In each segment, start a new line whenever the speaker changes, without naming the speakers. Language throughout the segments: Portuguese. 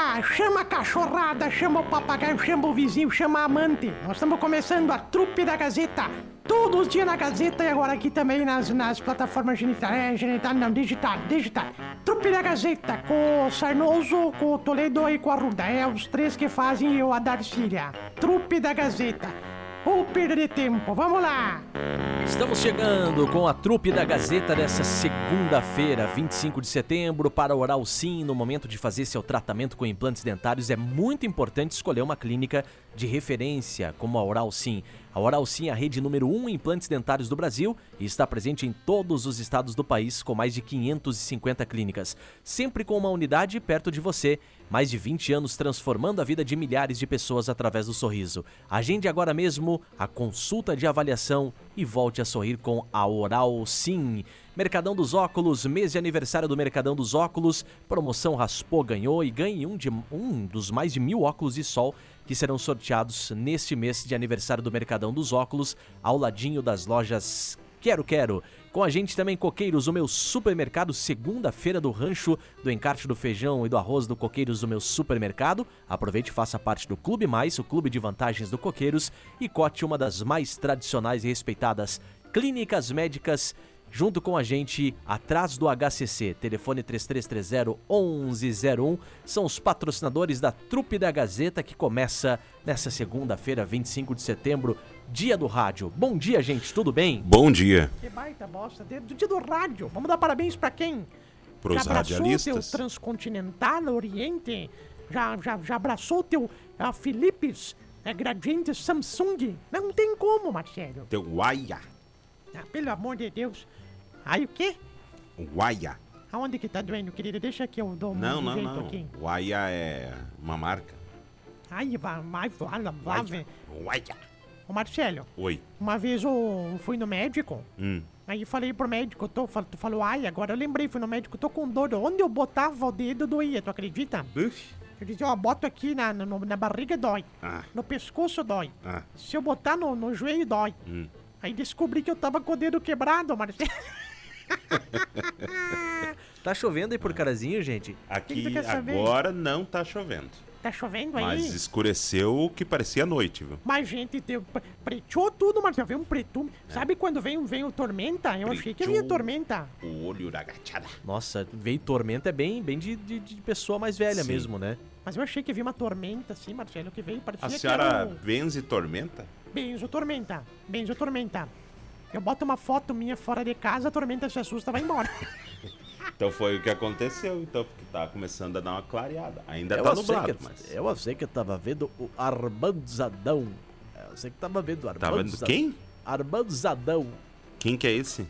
Ah, chama a cachorrada, chama o papagaio, chama o vizinho, chama a amante. Nós estamos começando a trupe da Gazeta. Todos os dias na Gazeta e agora aqui também nas, nas plataformas genital. É, genital não, digital, digital. Trupe da Gazeta, com o Sarnoso, com o Toledo e com a Ruda. É os três que fazem eu a Darcília. Trupe da Gazeta. Ou perder tempo, vamos lá!
Estamos chegando com a trupe da Gazeta dessa segunda-feira, 25 de setembro, para oral sim, no momento de fazer seu tratamento com implantes dentários é muito importante escolher uma clínica de referência como a Oral Sim. A Oral Sim é a rede número 1 um em implantes dentários do Brasil e está presente em todos os estados do país com mais de 550 clínicas, sempre com uma unidade perto de você. Mais de 20 anos transformando a vida de milhares de pessoas através do sorriso. Agende agora mesmo a consulta de avaliação e volte a sorrir com a Oral Sim. Mercadão dos Óculos, mês de aniversário do Mercadão dos Óculos, promoção Raspou ganhou e ganhe um, de, um dos mais de mil óculos de sol que serão sorteados neste mês de aniversário do Mercadão dos Óculos, ao ladinho das lojas Quero Quero. Com a gente também Coqueiros, o meu supermercado, segunda-feira do rancho, do encarte do feijão e do arroz do Coqueiros, o meu supermercado. Aproveite e faça parte do Clube Mais, o clube de vantagens do Coqueiros, e cote uma das mais tradicionais e respeitadas clínicas médicas junto com a gente atrás do HCC. Telefone 3330 1101 são os patrocinadores da Trupe da Gazeta que começa nessa segunda-feira, 25 de setembro, dia do rádio. Bom dia, gente, tudo bem?
Bom dia.
Que baita bosta, de- do dia do rádio. Vamos dar parabéns pra quem?
Pros
já abraçou o teu
radialistas.
transcontinental Oriente, já, já, já abraçou o teu a Philips, é, Gradiente Samsung. Não tem como, Marcelo.
Teu Uaia.
Ah, pelo amor de Deus. Aí o quê?
Uaia.
Aonde que tá doendo, querido? Deixa que eu dou um
Não, não,
jeito
não.
aqui.
Uaia é uma marca.
Ai, vai, vai, vai, vai,
Uaia.
vai.
Uaia.
Ô, Marcelo,
Oi.
uma vez eu fui no médico,
Hum.
aí falei pro médico, eu tô, fal- tu falou, ai, agora eu lembrei, fui no médico, tô com dor. Onde eu botava o dedo doía, tu acredita? Eu dizia, ó, boto aqui na, no- na barriga dói,
Ah,
no pescoço dói,
ah.
se eu botar no, no joelho dói.
Hum.
Aí descobri que eu tava com o dedo quebrado, Marcelo.
Tá chovendo aí por carazinho, gente?
Aqui
que tu quer saber?
agora não tá chovendo.
Tá chovendo aí?
Mas escureceu o que parecia noite, viu?
Mas, gente, deu, pre- preteou tudo, Marcelo. Veio um preto. Sabe quando vem, vem o Tormenta? Eu achei que vinha
É. Preteou.
Tormenta.
O olho da gachada.
Nossa, veio tormenta é bem, bem de, de- de pessoa mais velha
Sim.
mesmo, né?
Mas eu achei que vinha uma Tormenta, assim, Marcelo, que veio. Parecia
A
que
senhora
era um
benze tormenta?
Benzo Tormenta. Benzo Tormenta. Eu boto uma foto minha fora de casa, a Tormenta se assusta, vai embora.
Então foi o que aconteceu, então, porque tá começando a dar uma clareada. Ainda
eu
tá
sei
nublado,
É que,
mas.
Eu sei que eu tava vendo o Armando Zadão. Eu sei que tava vendo o Armando
Tá vendo
Zadão.
quem?
Armando Zadão.
Quem que é esse?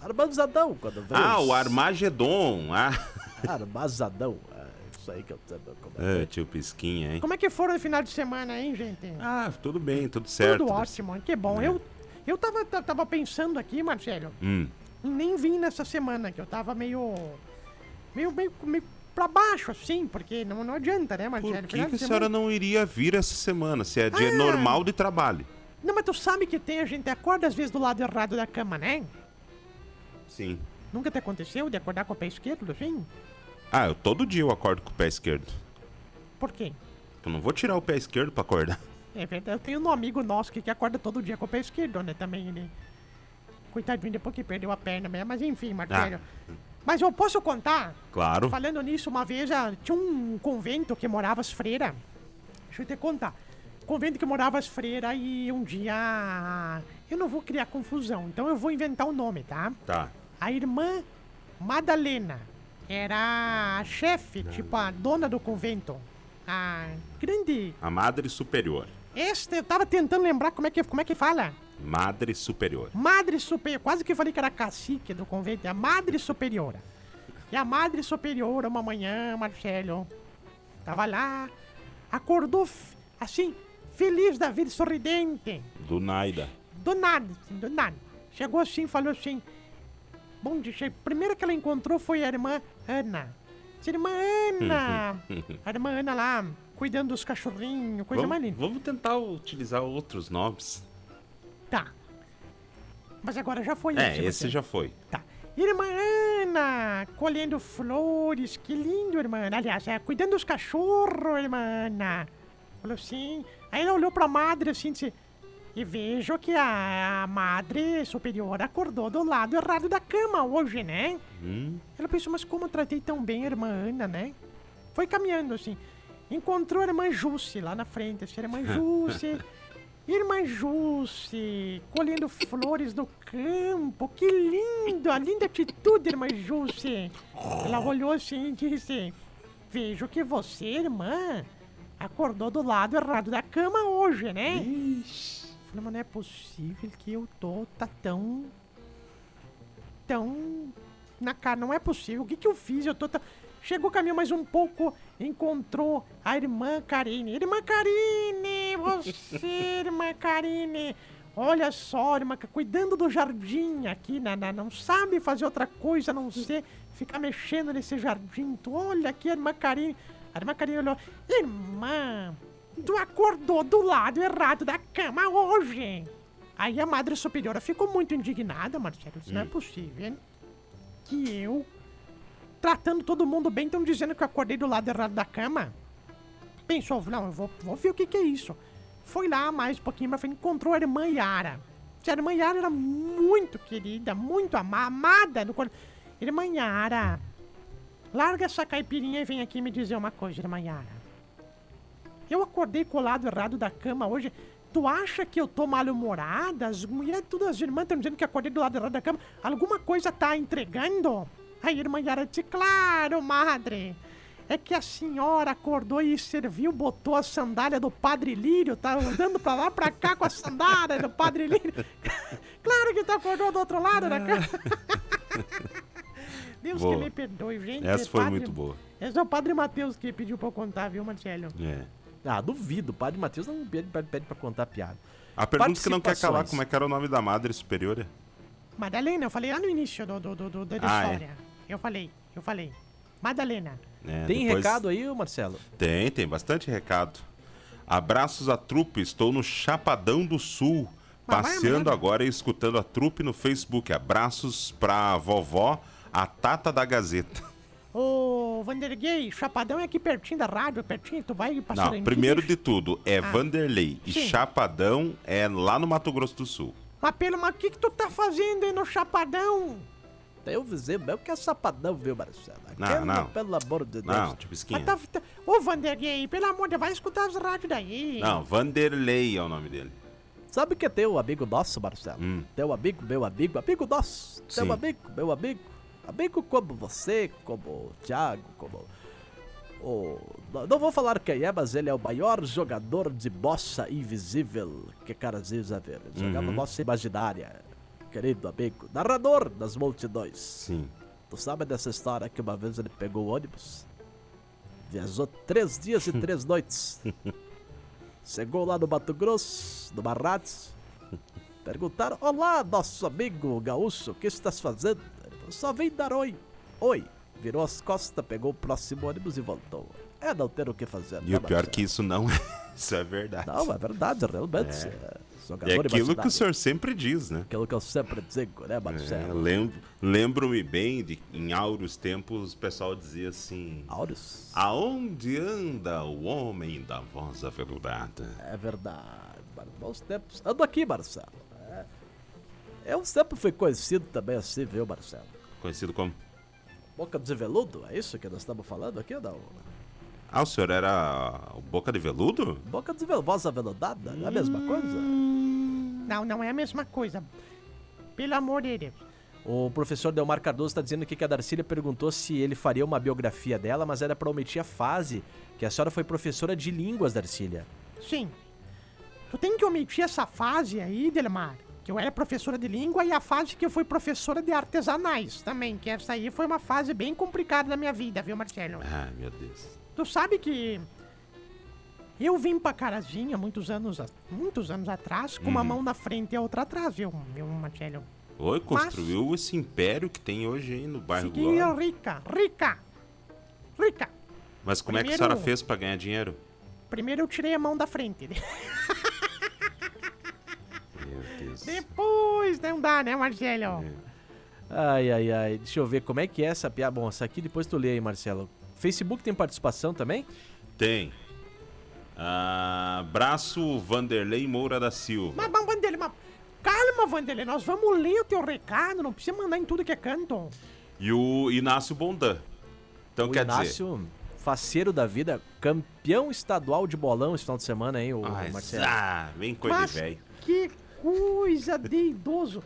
Armando Zadão, quando veio
Ah,
os-
o Armagedon. Ah,
Armazadão. É isso aí que eu tava comentando.
é, tio Pisquinha, hein?
Como é que foram no final de semana, hein, gente?
Ah, tudo bem, tudo certo.
Tudo ótimo, que bom. Eu, eu tava, t- tava pensando aqui, Marcelo,
Hum.
e nem vim nessa semana, que eu tava meio. meio, meio, meio pra baixo, assim, porque não, não adianta, né, Marcelo?
Por que,
Final
que a
de
senhora
semana-
não iria vir essa semana, se é dia
Ah.
normal de trabalho?
Não, mas tu sabe que tem, a gente acorda às vezes do lado errado da cama, né?
Sim.
Nunca te aconteceu de acordar com o pé esquerdo, assim?
Ah, eu todo dia eu acordo com o pé esquerdo.
Por quê?
Eu não vou tirar o pé esquerdo pra acordar.
É verdade, eu tenho um amigo nosso que, que acorda todo dia com o pé esquerdo, né? Também ele. Coitadinho, depois que perdeu a perna mesmo, mas enfim, Marcelo. Mas eu posso contar?
Claro.
Falando nisso, uma vez ah, tinha um convento que morava as freiras. Deixa eu te contar. Convento que morava as freiras e um dia. ah, Eu não vou criar confusão, então eu vou inventar o nome, tá?
Tá.
A irmã Madalena era a chefe, tipo a dona do convento. A grande.
A madre superior.
Esta, eu tava tentando lembrar como é que, como é que fala.
Madre superior.
Madre Superior, quase que eu falei que era cacique do convento, é a Madre Superiora. E a Madre Superiora, uma manhã, Marcelo, tava lá, acordou f- assim, feliz da vida, sorridente,
Do Naida.
do nada, assim, do nada. Chegou assim, falou assim, bom dia, che- primeiro que ela encontrou foi a irmã Ana. Disse, irmã Ana, a irmã Ana lá, cuidando dos cachorrinhos, coisa mais
Vamos,
linda.
vamos tentar utilizar outros nomes.
Tá. Mas agora já foi isso,
É, esse
Marcelo.
já foi.
Tá. Irmã Ana, irmã, colhendo flores, que lindo, irmã. Aliás, é, cuidando dos cachorros, irmã. Falou assim. Aí ela olhou pra madre assim disse, e vejo que a, a madre superior acordou do lado errado da cama hoje, né?
Hum,
Ela pensou, mas como eu tratei tão bem a irmã Ana, né? Foi caminhando assim. Encontrou a irmã Jusce lá na frente. Assim, a irmã Jusce. Irmã Jusce, colhendo flores do campo. Que lindo! A linda atitude, irmã Jusce. Ela olhou assim e disse: Vejo que você, irmã, acordou do lado errado da cama hoje, né? Falei, mas não é possível que eu tô tá tão. tão. na cara. Não é possível. O que que eu fiz? Eu tô tão. Chegou o caminho mais um pouco, encontrou a irmã Karine. Irmã Karine! Você, irmã Karine! Olha só, irmã, Ca- cuidando do jardim aqui, na, na- não sabe fazer outra coisa a não ser ficar mexendo nesse jardim. Tu olha aqui, a irmã Karine. A irmã Karine olhou. Irmã, Tu acordou do lado errado da cama hoje. Aí a Madre Superiora ficou muito indignada, Marcelo. Isso não é possível. hein? Que eu, tratando todo mundo bem, estão dizendo que eu acordei do lado errado da cama. Pensou, não, eu vou, vou ver o que, que é isso. Foi lá mais um pouquinho pra frente, encontrou a irmã Yara. A irmã Yara era muito querida, muito ama- amada no coração. Irmã Yara, larga essa caipirinha e vem aqui me dizer uma coisa, irmã Yara. Eu acordei colado errado da cama hoje. Tu acha que eu tô mal-humorada? As mulheres, todas as irmãs estão dizendo que acordei do lado errado da cama. Alguma coisa tá entregando? A irmã Yara disse, claro, madre. É que a senhora acordou e serviu, botou a sandália do Padre Lírio, tá andando pra lá, pra cá com a sandália do Padre Lírio. claro que tu acordou do outro lado da cama. Deus
Boa.
que me perdoe, gente.
essa foi
Padre-
muito boa.
Esse é o Padre Matheus que pediu pra eu contar, viu, Marcelo?
É.
Ah, duvido. O padre Matheus não pede, pede, pede pra contar piada.
A pergunta que não quer calar,
Participações.
como é que era o nome da madre superiora?
Madalena, eu falei lá no início do, do, do, do- da
Ah,
história. Eu falei, eu falei. Madalena.
É,
Tem
depois-
recado aí, ô Marcelo?
Tem, tem bastante recado. Abraços à trupe, estou no Chapadão do
Mas
Sul,
vai né?
passeando
merda.
agora e escutando a trupe no Facebook. Abraços pra vovó, a Tata da Gazeta.
Tá Ô, Vandergay, Chapadão é aqui pertinho da rádio, pertinho, tu vai passar
Não, primeiro de tudo é Vanderlei e
Ah. Sim.
Chapadão é lá no Mato Grosso do Sul.
Mas pelo mas o que, que tu tá fazendo aí no Chapadão?
Eu dizer, eu quero sapadão, viu, Marcelo?
Não,
Aquela,
não.
Pelo amor de Deus.
Não,
Mas
Tibisquinha.
tá, tá- Ô, Vandergay, pelo amor de Deus, vai escutar as rádios daí.
Não, Vanderlei é o nome dele.
Sabe que tem um amigo nosso, Marcelo?
Hum.
Tem um amigo, meu amigo, amigo nosso. Tem
Sim.
um amigo, meu amigo. Amigo como você, como o Thiago, como. O... não- Não vou falar quem é, mas ele é o maior jogador de bossa invisível que Carazinhos a ver.
Uhum.
Ele jogava bossa imaginária. Querido amigo, narrador das multidões.
Sim.
Tu sabe dessa história que uma vez ele pegou o ônibus? Viajou três dias e três noites. Chegou lá no Mato Grosso, no Barrates. Perguntaram: Olá, nosso amigo gaúcho, o que estás fazendo? Ele falou, Só vim dar oi. Oi. Virou as costas, pegou o próximo ônibus e voltou. É não ter o que fazer.
E
né,
o pior
Marcelo?
que isso não é. Isso é verdade.
Não, é verdade, realmente. É.
É
Jogador
aquilo que
imaginário.
o senhor sempre diz, né?
Aquilo que eu sempre digo, né,
É,
Marcelo?
lem- Lembro-me bem de em áureos tempos o pessoal dizia assim:
Aureus.
Aonde anda o homem da voz aveludada?
É verdade, mano. Bons tempos. Ando aqui, Marcelo. É. Eu sempre fui conhecido também assim, viu, Marcelo?
Conhecido como.
Boca de veludo, é isso que nós estamos falando aqui? Não.
Ah, o senhor era o boca de veludo?
Boca de veludo, voz aveludada, não é a mesma coisa?
Não, não é a mesma coisa. Pelo amor de Deus.
O professor Delmar Cardoso está dizendo aqui que a Darcília perguntou se ele faria uma biografia dela, mas era para omitir a fase, que a senhora foi professora de línguas, Darcília.
Sim. Tu tem que omitir essa fase aí, Delmar. Que eu era professora de língua e a fase que eu fui professora de artesanais também. Que essa aí foi uma fase bem complicada da minha vida, viu, Marcelo?
Ai, "Ah, meu Deus.
Tu sabe que eu vim pra Carazinha muitos anos, a- muitos anos atrás, com uma
Uhum.
mão na frente e a outra atrás, viu, viu Marcelo?
Oi, construiu esse império que tem hoje aí no bairro
Fiquei
Glória.
rica, rica, rica.
Mas como é que a
Primeiro-
senhora fez pra ganhar dinheiro?
Primeiro eu tirei a mão da frente.
Meu Deus.
Depois não dá, né, Marcelo?
Ai, ai, ai. Deixa eu ver como é que é essa piada. Bom, essa aqui depois tu lê aí, Marcelo. Facebook tem participação também?
Tem. Ah, braço Vanderlei Moura da Silva.
Mas, mas Vanderlei, mas... calma, Vanderlei, nós vamos ler o teu recado, não precisa mandar em tudo que é canto.
E o Inácio Bondan. Então
o
quer dizer.
Inácio, faceiro da vida, campeão estadual de bolão esse final de semana, hein, o
Ah,
Marcelo?
ah, vem coisa de
Mas
velho.
que coisa de idoso.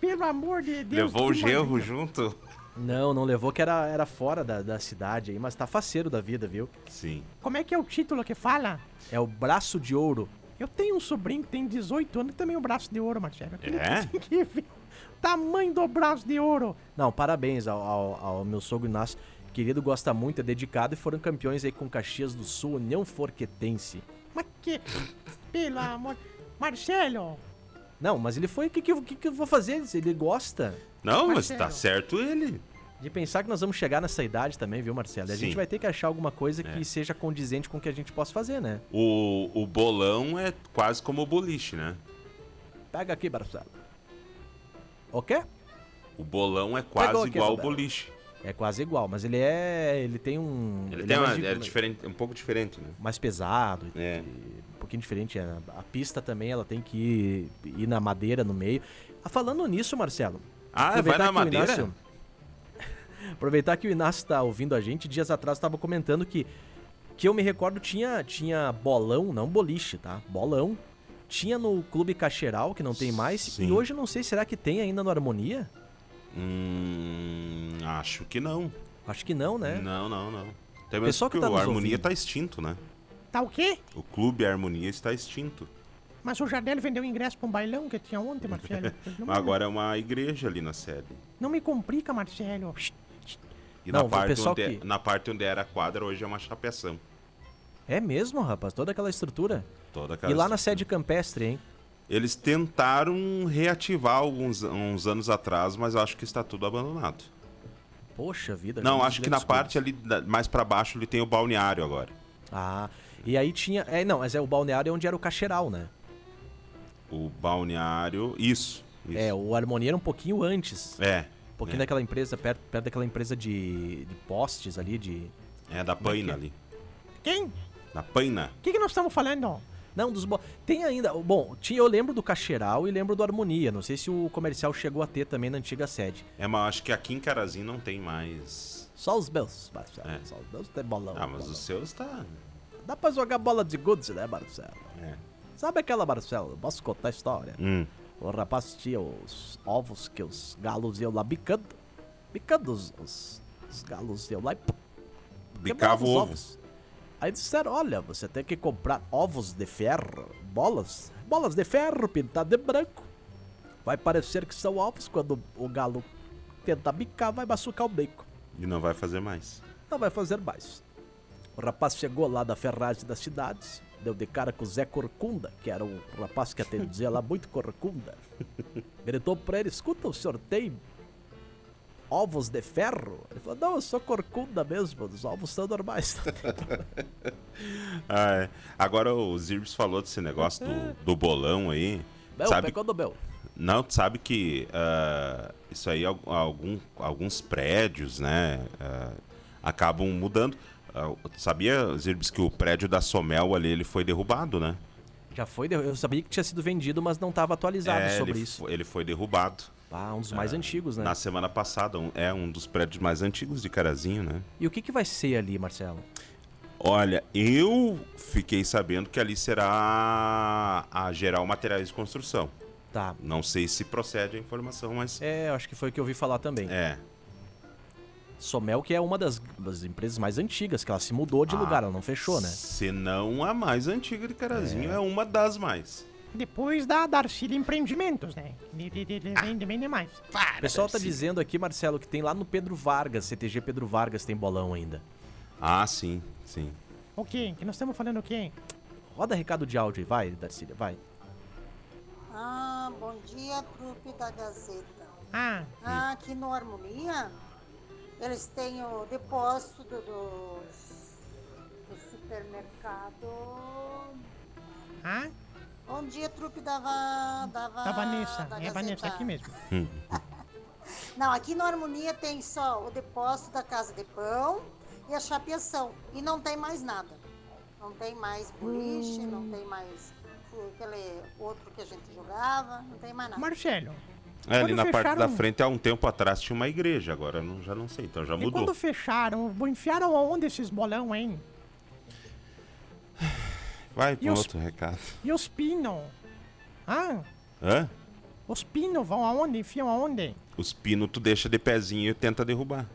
Pelo amor de Deus.
Levou o
que maravilha.
genro junto?
Não, não levou, que era, era fora da, da cidade aí, mas tá faceiro da vida, viu?
Sim.
Como é que é o título que fala?
É o braço de ouro.
Eu tenho um sobrinho que tem 18 anos que também é um braço de ouro, Marcelo. Eu tenho-
É?
tem que ver o tamanho do braço de ouro.
Não, parabéns ao, ao- ao meu sogro Inácio. Querido, gosta muito, é dedicado e foram campeões aí com Caxias do Sul, União Forquetense.
Mas que. Pelo amor. Marcelo,
Não, mas ele foi. O que, que, eu- que que eu vou fazer? Ele gosta
Não, mas
Marcelo.
tá certo ele.
de pensar que nós vamos chegar nessa idade também, viu, Marcelo? E a
Sim. É.
gente vai ter que achar alguma coisa que seja condizente com o que a gente possa fazer, né?
O, o bolão é quase como o boliche, né?
Pega aqui, Marcelo. Ok?
O bolão é
Pegou
quase
aqui
igual
essa
ao
dela.
boliche.
É quase igual, mas ele é. Ele tem um.
Ele,
é
tem uma,
mais,
é
mais-
diferente, um pouco diferente, né?
mais pesado. e-
É.
e um pouquinho diferente. é, A pista também ela tem que ir, ir na madeira no meio. Ah, falando nisso, Marcelo.
Ah, vai na
que o
madeira?
Inácio- aproveitar que o Inácio está ouvindo a gente, dias atrás estava comentando que que eu me recordo tinha tinha bolão, não boliche, tá? Bolão. Tinha no Clube Cacheral, que não tem mais,
Sim.
e hoje eu não sei será que tem ainda no Harmonia?
Hum, acho que não.
Acho que não, né?
Não, não, não. Até mesmo
Pessoal que
porque
tá
o
nos
Harmonia
ouvindo.
tá extinto, né?
tá o quê?
O clube Harmonia está extinto.
Mas o Jardel vendeu ingresso pra um bailão que tinha ontem, Marcelo. Não, me-
Agora é uma igreja ali na sede.
não me complica, Marcelo. Shh, shh.
E
Não,
na,
o
parte
pessoal
onde, é,
que-
na parte onde era a quadra, hoje é uma chapeação.
É mesmo, rapaz, toda aquela estrutura. e
Toda aquela
lá na
estrutura.
sede campestre, hein?
Eles tentaram reativar alguns uns anos atrás, mas eu acho que está tudo abandonado.
Poxa vida.
Não,
gente,
acho que na
desculpa.
parte ali da- mais pra baixo ele tem o balneário agora.
Ah, e aí tinha. É, não, mas é o balneário é onde era o Cacheral, né?
O balneário, isso. isso.
É, o Harmonia era um pouquinho antes.
é,
Um pouquinho
É.
daquela empresa, perto, perto daquela empresa de, de postes ali, de.
é da Paina ali.
Quem? O
Da Paina.
que, que nós estamos falando?
Não, dos. Bo... Tem ainda. Bom, tinha, eu lembro do Cacheral e lembro do Harmonia. Não sei se o comercial chegou a ter também na antiga sede.
É, mas acho que aqui em Carazim não tem mais.
Só os meus, Marcelo.
É.
Só os meus tem bolão.
Ah, mas
bolão.
os seus tá.
Dá pra jogar bola de gude, né, Marcelo?
É.
Sabe aquela, Marcelo? Posso contar a história?
Hum.
O rapaz tinha os ovos que os galos iam lá bicando. Bicando os, os, os galos iam lá e. pum,
Bicava
quebrava
o
os
ovo.
Aí disseram: olha, você tem que comprar ovos de ferro, bolas, bolas de ferro pintadas de branco. Vai parecer que são ovos quando o galo tentar bicar, vai machucar o bico.
E não vai fazer mais.
Não vai fazer mais. O rapaz chegou lá da ferragem das cidades, deu de cara com o Zé Corcunda, que era um rapaz que atendia lá muito Corcunda. Gritou pra ele: escuta, o senhor tem ovos de ferro? Ele falou: não, eu sou Corcunda mesmo, os ovos são normais.
Ah, é. Agora o Zirbs falou desse negócio do, do bolão aí.
Meu,
sabe,
pegou do meu.
Não, tu sabe que ah, isso aí, al- algum, alguns prédios, né, ah, acabam mudando. Ah, tu sabia, Zirbis, que o prédio da Somel ali, ele foi derrubado, né?
Já foi, eu sabia que tinha sido vendido, mas não estava atualizado
É,
sobre
ele,
isso.
fo- ele foi derrubado
Ah, um dos mais antigos, né?
na semana passada. Um- é um dos prédios mais antigos de Carazinho, né?
E o que, que vai ser ali, Marcelo?
Olha, eu fiquei sabendo que ali será a Geral Materiais de Construção.
Tá.
Não sei se procede a informação, mas...
É, eu acho que foi o que eu ouvi falar também.
é.
Somel, que é uma das, das empresas mais antigas, que ela se mudou de
Ah,
lugar, ela não fechou, né?
Se não a mais antiga de Carazinho, é, uma das mais.
Depois da Darcy Empreendimentos, né? Ele- ele- ele Vende bem demais.
é
O pessoal tá dizendo aqui, Marcelo, que tem lá no Pedro Vargas, CTG Pedro Vargas tem bolão ainda.
Ah, sim, sim.
O quê? Que nós estamos falando o quê?
Roda recado de áudio aí, vai, Darcília, vai.
Ah, bom dia, trupe da Gazeta.
Ah,
Ah, aqui no Harmonia, eles têm o depósito do, dos- do supermercado.
ah,
Bom dia, trupe da, Va- da, Va-
da Vanessa.
Ah, da
É Vanessa,
Gazeta.
aqui mesmo.
Não, aqui na Harmonia tem só o depósito da Casa de Pão e a chapeação. E não tem mais nada. Não tem mais boliche,
Hum.
não tem mais fu- aquele outro que a gente jogava, não tem mais nada.
Marcelo.
É, ali
quando
na parte da
fecharam-
frente, há um tempo atrás, tinha uma igreja, agora não, já não sei, então já
E quando
mudou.
fecharam, enfiaram aonde esses bolão, hein?
Vai para
os-
outro recado.
E os pinos? Ah,
Hã?
os pinos vão aonde? Enfiam aonde?
Os pinos tu deixa de pezinho e tenta derrubar.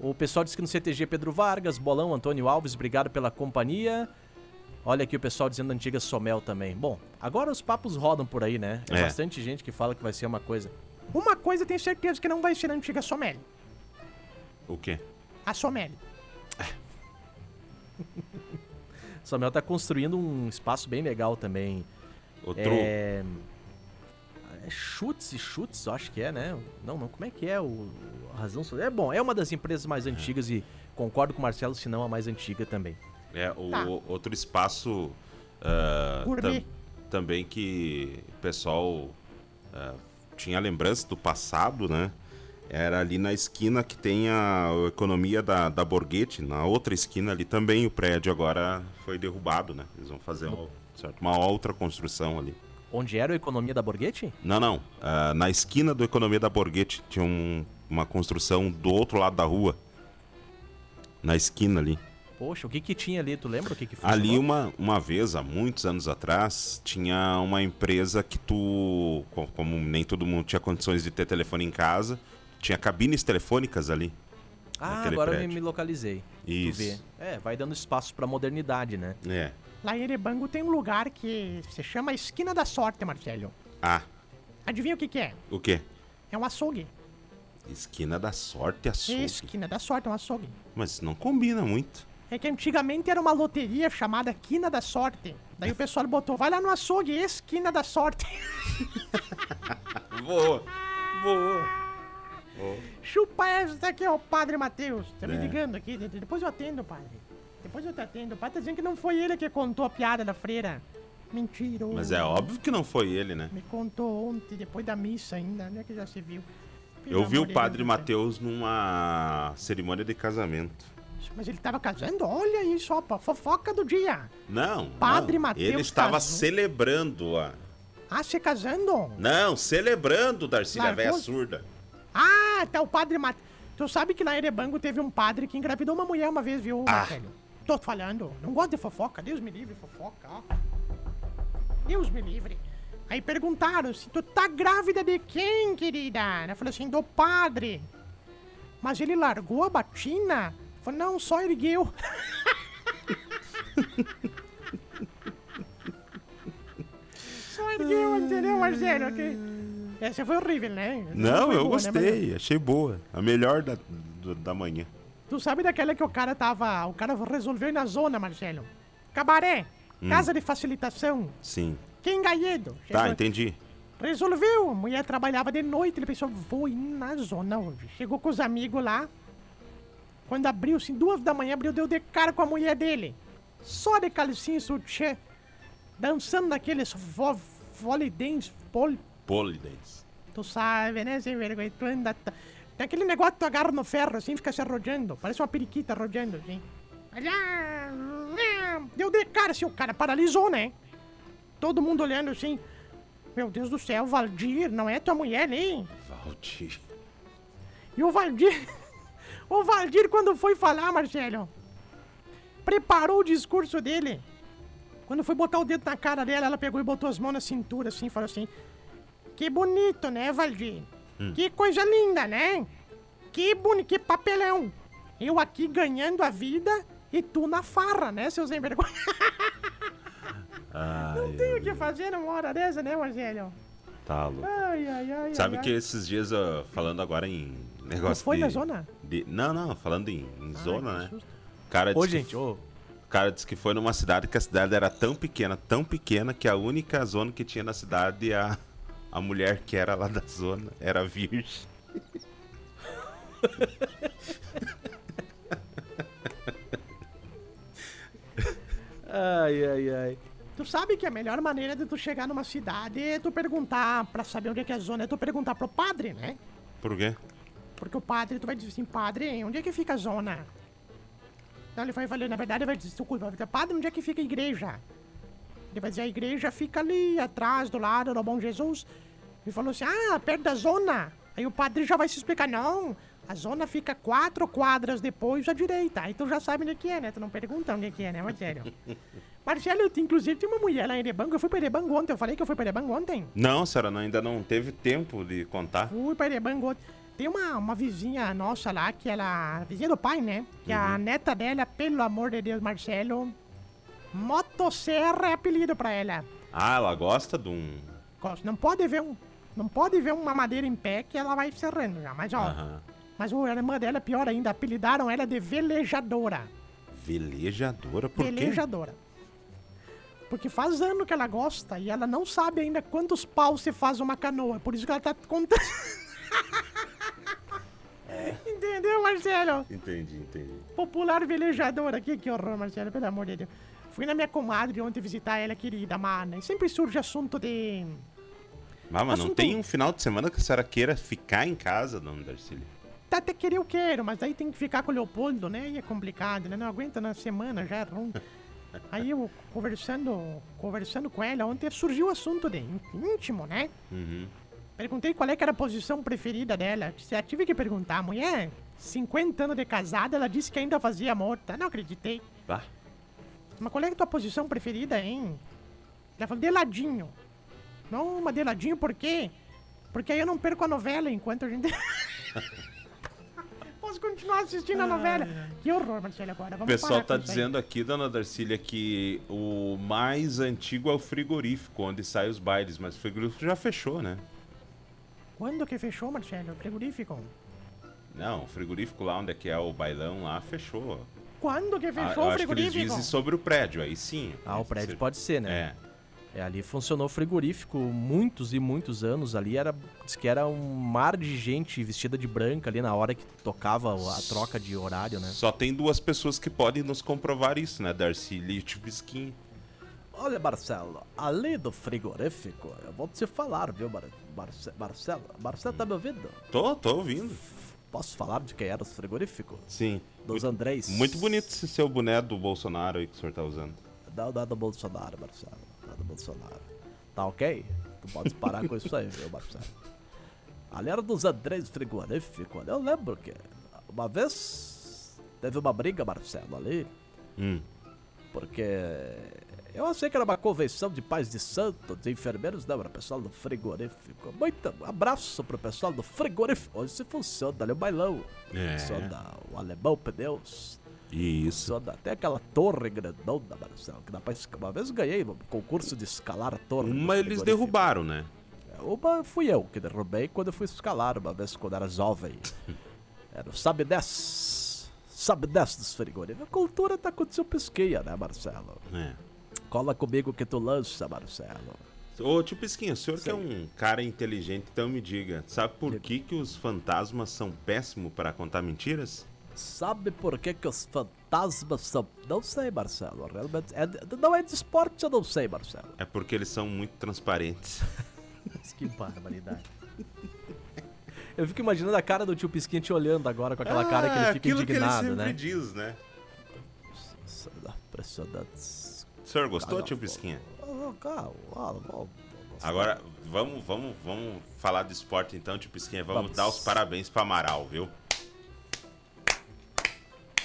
O pessoal disse que no CTG Pedro Vargas, Bolão, Antônio Alves, obrigado pela companhia. Olha aqui o pessoal dizendo antiga Somel também. Bom, agora os papos rodam por aí, né? É,
É.
bastante gente que fala que vai ser uma coisa.
Uma coisa eu tenho certeza que não vai ser a antiga Somélia.
O quê?
A Somélia.
Somel tá construindo um espaço bem legal também.
Outro.
É. é Chutes e Chutes, eu acho que é, né? Não, não, como é que é o a razão? so- É bom, é uma das empresas mais antigas e concordo com o Marcelo, se não a mais antiga também.
É, o,
Tá.
outro espaço ah,
Gourmet.
tam- também que o pessoal ah, tinha lembrança do passado, né? Era ali na esquina que tem a economia da, da Borghetti, na outra esquina ali também o prédio agora foi derrubado, né? Eles vão fazer uma, certo, uma outra construção ali.
Onde era a economia da Borghetti?
Não, não. ah, na esquina do Economia da Borghetti tinha um- uma construção do outro lado da rua. Na esquina ali.
Poxa, o que que tinha ali? Tu lembra o que que foi?
Ali um- uma, uma vez, há muitos anos atrás, tinha uma empresa que tu, co- como nem todo mundo tinha condições de ter telefone em casa, tinha cabines telefônicas ali.
Ah,
naquele
agora eu
prédio.
me localizei. Tu vê.
Isso.
É, vai dando espaço pra modernidade, né?
É.
Lá em Erebango tem um lugar que se chama Esquina da Sorte, Marcelo.
Ah,
Adivinha o que, que é?
o quê?
É um açougue.
Esquina da sorte açougue.
Esquina da Sorte, é um açougue.
Mas não combina muito.
É que antigamente era uma loteria chamada Quina da Sorte. Daí o pessoal botou, vai lá no açougue, Esquina da Sorte.
Boa. Boa.
Chupa essa daqui, ó, Padre Matheus. Tá me
É.
ligando aqui? de- de- Depois eu atendo, padre. Depois eu te atendo. O padre tá dizendo que não foi ele que contou a piada da freira. Mentira.
Mas é óbvio que não foi ele, né?
Me contou ontem, depois da missa ainda, né? Que já se viu. Pelo
Eu vi
amor
o
de
Padre
Deus,
Mateus numa cerimônia de casamento.
cara. Mas ele tava casando? Olha isso, opa, fofoca do dia.
Não.
Padre
não.
Mateus
Ele estava
casou.
celebrando a
Ah, se casando?
Não, celebrando Darcília
Largou?
Véia Surda.
Ah, tá o padre Mat... Tu sabe que na Erebango teve um padre que engravidou uma mulher uma vez, viu,
Ah.
Marcelo? Tô falando. Não gosto de fofoca. Deus me livre, fofoca, ó. Deus me livre. Aí perguntaram se tu tá grávida de quem, querida? Ela falou assim, do padre. Mas ele largou a batina? Falou, não, só ergueu. só ergueu, entendeu, Marcelo? Que- Essa foi horrível, né? Essa
Não,
foi boa,
eu
né, Marcelo?
gostei, achei boa. A melhor da, do- da manhã.
Tu sabe daquela que o cara tava. O cara resolveu ir na zona, Marcelo. Cabaré, casa de facilitação,
Sim.
Quingaiedo.
Hum. Tá,
Chegou-
entendi.
Resolveu. A mulher trabalhava de noite. Ele pensou, vou ir na zona hoje. Chegou com os amigos lá. Quando abriu, assim, duas da manhã, abriu, deu de cara com a mulher dele. Só de calcinha e sutiã. Dançando naqueles vo volley dance, pol-
Polidens.
Tu sabe, né? Sem vergonha. Tu anda. t- Tem aquele negócio que tu agarra no ferro, assim, fica se arrojando. Parece uma periquita arrojando, assim. Olha, né, Deu de cara, assim, o cara paralisou, né? Todo mundo olhando assim. Meu Deus do céu, Valdir, não é tua mulher, nem.
Valdir.
E o Valdir. O Valdir, quando foi falar, Marcelo, preparou o discurso dele. Quando foi botar o dedo na cara dela, ela pegou e botou as mãos na cintura, assim, e falou assim: Que bonito, né, Valdir?
Hum.
Que coisa linda, né? Que bonito, que papelão. Eu aqui ganhando a vida e tu na farra, né, seu sem vergonha? Não tem o que fazer numa hora dessa, né, Marcelo?
Tá louco.
Ai, ai, ai. ai,
Sabe
ai.
que esses dias, ó, falando agora em negócio
É, né? foi
de,
na zona?
de- não, não, falando em, em
Ai,
zona,
que
né?
susto.
O cara,
Ô,
disse
gente,
que,
ô.
o cara disse que foi numa cidade que a cidade era tão pequena, tão pequena, que a única zona que tinha na cidade, é a, a mulher que era lá da zona, era virgem.
Ai, ai, ai.
Tu sabe que a melhor maneira de tu chegar numa cidade é tu perguntar, pra saber onde é que é a zona, é tu perguntar pro padre, né?
Por quê?
Porque o padre, tu vai dizer assim, padre, onde é que fica a zona? Então ele vai falar, na verdade, ele vai dizer, desculpa, vai dizer, padre, onde é que fica a igreja? Ele vai dizer, a igreja fica ali atrás, do lado do Bom Jesus. Ele falou assim, ah, perto da zona. Aí o padre já vai se explicar, não, a zona fica quatro quadras depois à direita. Aí tu já sabe onde é que é, né? Tu não pergunta onde é que é, né, Marcelo? Marcelo, tu, inclusive, tem uma mulher lá em Erebango. Eu fui pra Erebango ontem, eu falei que eu fui pra Erebango ontem.
Não, senhora, não, ainda não teve tempo de contar.
Fui pra Erebango ontem. Tem uma, uma vizinha nossa lá, que ela... Vizinha do pai, né? Que a neta dela, pelo amor de Deus, Marcelo... Motosserra é apelido pra ela.
Ah, ela gosta de um.
Gosto. Não pode ver um... Não pode ver uma madeira em pé que ela vai serrando já. Mas, ó...
Aham.
Mas o- a irmã dela é pior ainda, apelidaram ela de velejadora.
Velejadora, por quê?
velejadora. Porque faz ano que ela gosta e ela não sabe ainda quantos paus se faz uma canoa. Por isso que ela tá contando.
É.
Entendeu, Marcelo?
Entendi, entendi.
Popular velejadora. Que, que horror, Marcelo, pelo amor de Deus. Fui na minha comadre ontem visitar ela, querida, mana. E sempre surge assunto de.
Mas, mas não
Assunto-
tem um final de semana que a senhora queira ficar em casa, dona Darcília?
Tá, Até querer eu quero, mas daí tem que ficar com o Leopoldo, né? E é complicado, né? Não aguenta na semana, já é ruim. Aí eu conversando, conversando com ela, ontem surgiu o assunto de in- íntimo, né?
Uhum.
Perguntei qual é que era a posição preferida dela. Se eu tive que perguntar, a mulher, 50 anos de casada, ela disse que ainda fazia morta. Não acreditei.
Bah.
Mas qual é a tua posição preferida, hein? Ela falou, de ladinho. Não, mas de ladinho por quê? Porque aí eu não perco a novela enquanto a gente... Posso continuar assistindo a novela. Que horror, Marcelo, agora.
O
Vamos
pessoal
parar
tá
com isso aí.
dizendo aqui, dona Darcília, que o mais antigo é o frigorífico, onde saem os bailes, mas o frigorífico já fechou, né?
Quando que fechou, Marcelo? O frigorífico?
Não, o frigorífico lá onde é que é o bailão lá fechou.
Quando que
Ah,
fechou o
eu acho que eles
frigorífico?
dizem sobre o prédio, aí sim.
Ah, o prédio pode ser, né?
É.
É. ali funcionou frigorífico muitos e muitos anos. Ali era, diz que era um mar de gente vestida de branca ali na hora que tocava o- a troca de horário, né?
Só tem duas pessoas que podem nos comprovar isso, né? Darcília e Tibisquim.
Olha, Marcelo, além do frigorífico, eu vou te falar, viu, Mar Marce- Marcelo? Marcelo, tá me ouvindo?
Tô, tô ouvindo.
Posso falar de quem era os frigoríficos?
Sim.
Dos Andrés.
Muito bonito esse seu boné do Bolsonaro aí que o senhor tá usando.
Não, não é do Bolsonaro, Marcelo. Não é do Bolsonaro. Tá ok? Tu pode parar com isso aí, viu, Marcelo? Ali era dos Andrés frigorífico. ali Eu lembro que uma vez teve uma briga, Marcelo, ali.
Hum.
Porque eu achei que era uma convenção de pais de santo, de enfermeiros, não, era pessoal do frigorífico. Muito abraço pro pessoal do frigorífico. Hoje se funciona ali o bailão.
É.
Funciona o alemão pneus.
Isso.
Só dá até aquela torre grandona, Marcelo, que dá pra esca- Uma vez ganhei um concurso de escalar a torre. do
Uma eles
frigorífico.
derrubaram, né?
Uma fui eu que derrubei quando eu fui escalar, uma vez quando era jovem. Era o Sabe 10. Sabe 10 dos frigoríficos. A cultura tá com o seu pesqueia, né, Marcelo?
É.
Cola comigo que tu lança, Marcelo.
Ô, tio Pisquinho, o senhor que é um cara inteligente, então me diga, sabe por que, que os fantasmas são péssimos para contar mentiras?
Sabe por que que os fantasmas são... Não sei, Marcelo, realmente... é de- não é de esporte, eu não sei, Marcelo.
É porque eles são muito transparentes.
Mas que barbaridade. Eu fico imaginando a cara do tio Pisquinha te olhando agora com aquela cara que ele
Ah,
fica
aquilo
indignado,
que ele sempre
né?
diz, né?
Nossa, Impressionante.
O senhor gostou,
Cara,
tio
eu-
Pisquinha?
Ah, cara, ah, bom, bom,
Agora, vamos, vamos, vamos falar de esporte então, tio Pisquinha. Vamos,
Vamos.
dar os parabéns para Amaral, viu?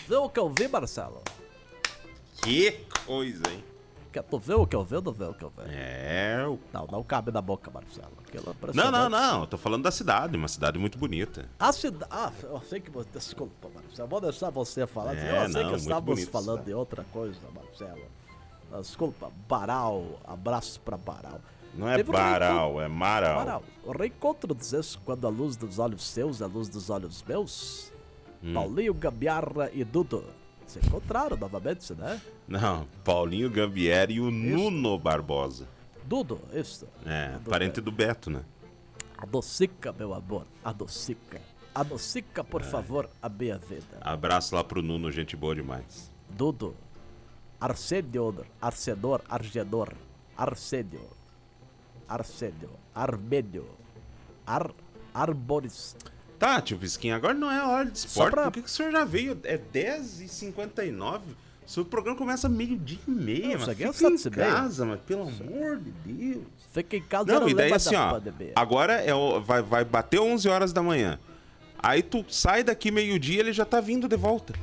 Vê o que eu vi, Marcelo?
Que coisa, hein?
Quer tu ver o que eu vi ou não vê o que eu vi?
É. o-
Não, não cabe na boca, Marcelo. Aquilo é
Não, não,
impressionante.
não. Eu tô falando da cidade, uma cidade muito bonita.
A cidade. Ah, eu sei que você. Desculpa, Marcelo. Vou deixar você falar.
É,
eu sei
não,
que
muito
estávamos
bonito, né?
falando
cidade.
de outra coisa, Marcelo. Ah, Desculpa, Baral. Abraço pra Baral.
Não é
Teve um
Baral, é
reencontro-
Maral.
Baral. O reencontro dos ex, quando a luz dos olhos seus é a luz dos olhos meus.
Hum.
Paulinho, Gambiarra e Dudu. Se encontraram novamente, né?
Não, Paulinho Gambieri e o Nuno Barbosa.
Dudu, isso.
É,
Dudu.
parente do Beto, né?
Adocica, meu amor. Adocica. Adocica, por favor, a minha vida.
Abraço lá pro Nuno, gente boa demais.
Dudu. Arsenio, Arcedor, Argedor, Arsenio, Arsenio, Armênio, Ar, Arboris,
Tá, tio Visquinha, agora não é hora de esporte.
pra-
Por que, que o senhor já veio? É 10h59? O seu programa começa meio-dia e meia,
Não, isso
mas
aqui é
fica
o
em
Satsubei.
casa, mas pelo amor de Deus.
Fica em casa,
Não, e daí
leva
assim,
da
ó,
pá de beira.
agora é o- vai, vai bater 11 horas da manhã. Aí tu sai daqui meio-dia ele já tá vindo de volta.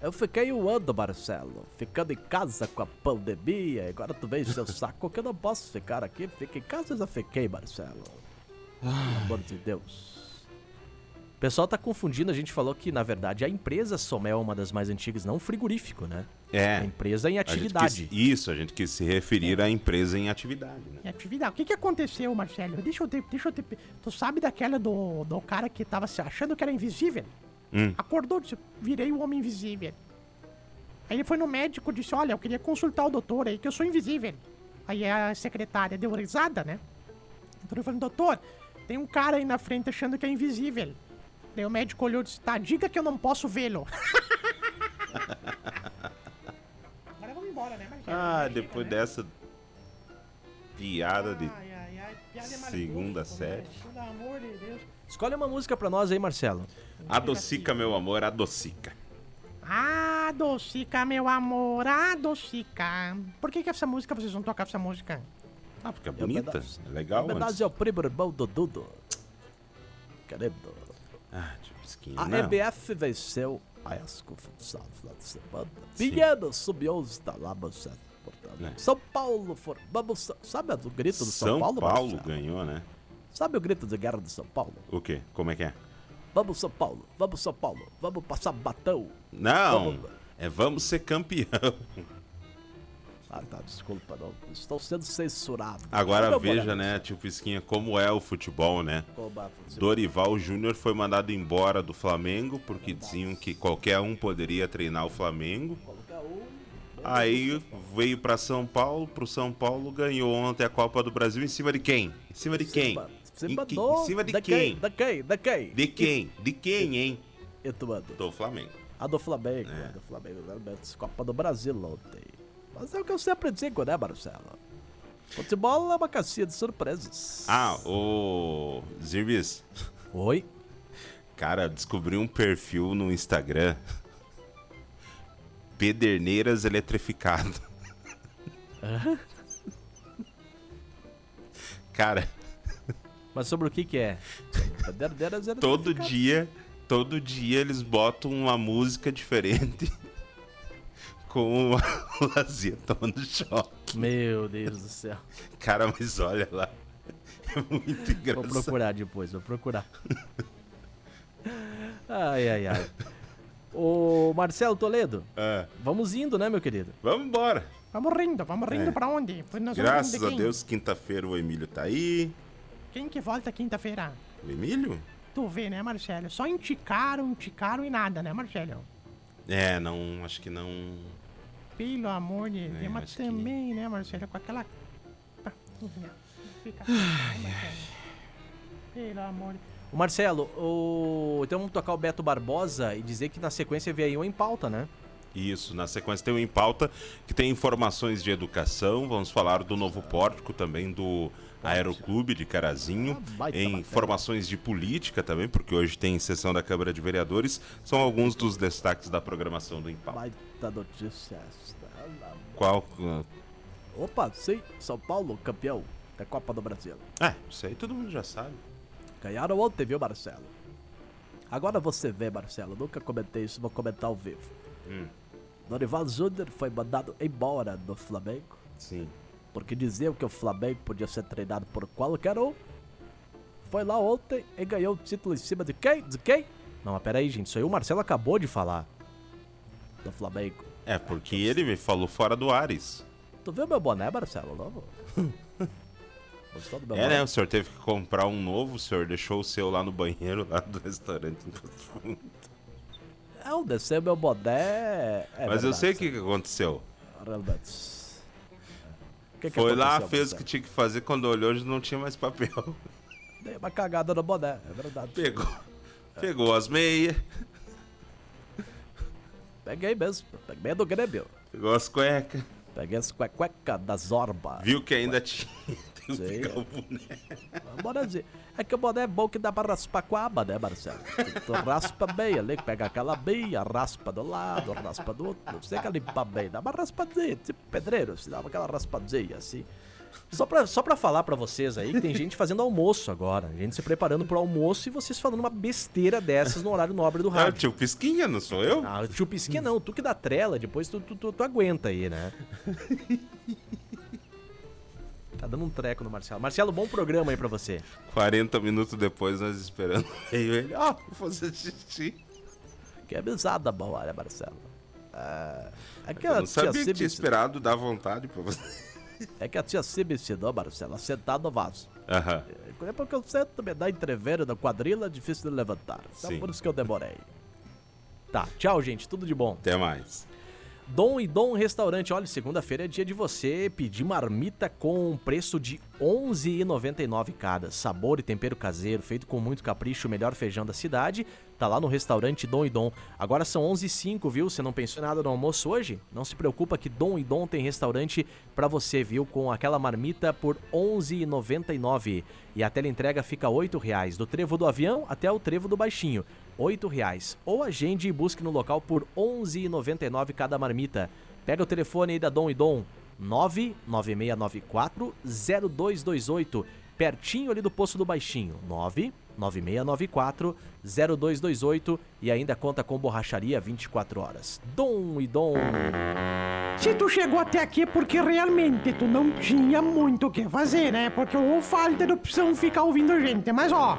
Eu fiquei um ano, Marcelo, ficando em casa com a pandemia. Agora tu veio seu saco que eu não posso ficar aqui. Fica em casa, eu já fiquei, Marcelo. Pelo amor de Deus. O pessoal tá confundindo, a gente falou que, na verdade, a empresa Somel é uma das mais antigas, não o frigorífico, né?
É.
A empresa em
a gente
atividade.
quis- isso, a gente quis se referir à empresa em atividade, né?
E É atividade. O que que aconteceu, Marcelo? Deixa eu te, deixa eu te, tu sabe daquela do, do cara que tava se achando que era invisível?
Hum.
Acordou, disse, virei o homem invisível. Aí ele foi no médico e disse, olha, eu queria consultar o doutor aí, que eu sou invisível. Aí a secretária deu risada, né? Então ele falou, doutor, tem um cara aí na frente achando que é invisível. Daí o médico olhou e disse, tá, diga que eu não posso vê-lo. Agora vamos embora, né, Marcelo?
Ah,
Chega,
depois
né?
dessa piada de
Ai, ai, ai, piada é
Segunda
maravilhosa,
série.
né? Pelo amor de Deus.
Escolhe uma música pra nós aí, Marcelo.
adocica, meu amor, adocica.
Ah, Docica, meu amor, ah, Docica. Por que, que essa música, vocês vão tocar essa música?
Ah, porque é
É um
bonita,
pedaço.
é legal.
Homenagem
antes.
ao primo irmão do Dudo. Querido.
Ah, tio Bisquinha,
A
não.
MF venceu a ESCO Futsal no final de semana. Pinheiro subiu 11 da lá, Marcelo. Portanto,
É.
São Paulo, formamos. Sabe o grito do São,
São Paulo,
Marcelo?
ganhou, né?
Sabe o grito de guerra do São Paulo?
O quê? Como é que é?
Vamos, São Paulo, vamos, São Paulo, vamos passar batão.
Não!
Vamos-
É vamos ser campeão.
Ah, tá, desculpa, não. Estou sendo censurado.
Agora
Não,
veja,
Marcelo.
né, tio Pisquinha, como é o futebol, né?
Como é, Marcelo?
Dorival Júnior foi mandado embora do Flamengo porque diziam que qualquer um poderia treinar o Flamengo.
Colocar um,
Aí veio pra São Paulo, pro São Paulo ganhou ontem a Copa do Brasil em cima de quem? Em cima de quem?
cima-
Em
Cima,
que-
do-
em cima de
da
quem?
Da quem? Da quem?
De quem? De quem, hein?
E tu manda?
Do Flamengo.
A do Flamengo,
É.
a do Flamengo, realmente, Copa do Brasil ontem. Mas é o que eu sempre digo, né, Marcelo? Futebol é uma caixinha de surpresas.
Ah, o Zirbis,
Oi?
cara, descobri um perfil no Instagram. Pederneiras eletrificado. Cara,
Mas sobre o que que é? Pederneiras era
todo
ficar-
dia, todo dia eles botam uma música diferente com uma lazinha tomando choque.
Meu Deus do céu.
Cara, mas olha lá. É muito
Vou
engraçado.
procurar depois, vou procurar. Ai, ai, ai. Ô, Marcelo Toledo,
Ah,
vamos indo, né, meu querido?
vamos embora.
Vamos rindo, vamos rindo pra onde? Pois nós vamos
É. Graças
rindo
a
de quem?
Deus, quinta-feira o Emílio tá aí.
Quem que volta quinta-feira?
O Emílio?
Tu vê, né, Marcelo? Só indicaram, indicaram e nada, né, Marcelo?
É, não, acho que não.
Pelo amor de Deus,
É,
mas
acho que-
também, né, Marcelo? Com aquela. Tá, enfim, Fica. né, Pelo amor de
Ô, Marcelo, ô, então vamos tocar o Beto Barbosa e dizer que na sequência vem aí um em pauta, né?
Isso, na sequência tem o Em Pauta, que tem informações de educação. Vamos falar do novo pórtico também do Aeroclube de Carazinho.
Ah, baita
Em
matéria.
informações de política também, porque hoje tem sessão da Câmara de Vereadores. São alguns dos destaques da programação do Em Pauta.
Baita notícia esta.
Qual.
Opa, sim, São Paulo campeão da Copa do Brasil.
É, isso aí todo mundo já sabe.
Ganharam ontem, viu, Marcelo? Agora você vê, Marcelo, nunca comentei isso, vou comentar ao vivo. Dorival Júnior foi mandado embora do Flamengo
Sim.
porque diziam que o Flamengo podia ser treinado por qualquer um. Foi lá ontem e ganhou o título em cima de quem? De quem? Não, mas peraí, gente, isso aí o Marcelo acabou de falar. Do Flamengo.
É, porque ele me falou fora do Ares.
Tu viu meu boné, Marcelo? Novo? Gostou do meu
É,
boné?
né? O senhor teve que comprar um novo, o senhor deixou o seu lá no banheiro, lá do restaurante.
É, o descer meu boné. É
Mas eu
verdade,
sei o que que aconteceu.
Realmente. O que que
Foi lá,
aconteceu,
fez o que
Marcelo?
tinha que fazer, quando olhou já não tinha mais papel.
Dei uma cagada no boné, é verdade.
Pegou.
É.
Pegou as meias,
Peguei mesmo, peguei do Grêmio.
pegou as cuecas,
Peguei as cuecas da Zorba.
viu que ainda tinha.
Sei.
Fica o boné.
Bora dizer. É que o boné é bom que dá pra raspar com a aba, né, Marcelo? Tu, tu raspa bem ali, pega aquela beia, raspa do lado, raspa do outro. Não precisa limpar bem, dá uma raspadinha, tipo pedreiro, se dá aquela raspadinha assim. Só pra, só pra falar pra vocês aí que tem gente fazendo almoço agora, né? gente se preparando pro almoço e vocês falando uma besteira dessas no horário nobre do
Ah, o
rádio.
tio Pisquinha, não sou eu?
Ah, o tio Pisquinha não, tu que dá trela, depois tu, tu, tu- tu aguenta aí, né? Tá dando um treco no Marcelo. Marcelo, bom programa aí pra você.
40 minutos depois, nós esperando. E ele, ó, vou fazer xixi.
Que é amizada boa, né, Marcelo? Ah, é, que
Eu
a
não
tia
sabia que
Cib
tinha esperado dar vontade pra você.
é que a tia Cib ensinou, Marcelo, a sentar no vaso.
Aham.
É porque eu sento, me dá entreveiro da quadrilha, é difícil de levantar. Então
Sim.
por isso que eu demorei. Tá, tchau, gente, tudo de bom.
Até mais.
Dom e Dom Restaurante. Olha, segunda-feira é dia de você pedir marmita com um preço de R$ 11,99 cada. Sabor e tempero caseiro, feito com muito capricho, o melhor feijão da cidade. Tá lá no restaurante Dom e Dom. Agora são 11h05, viu? Você não pensou em nada no almoço hoje? Não se preocupa que Dom e Dom tem restaurante pra você, viu? Com aquela marmita por R$ 11,99. E a tela entrega fica R$ 8,00, do trevo do avião até o trevo do baixinho. R$ 8,00. Ou agende e busque no local por R$ 11,99 cada marmita. Pega o telefone aí da Dom e Dom, 99694-0228, pertinho ali do Poço do Baixinho, 99694-0228 e ainda conta com borracharia 24 horas. Dom e Dom.
Se tu chegou até aqui é porque realmente tu não tinha muito o que fazer, né? Porque ou falta de opção ficar ouvindo a gente. Mas ó,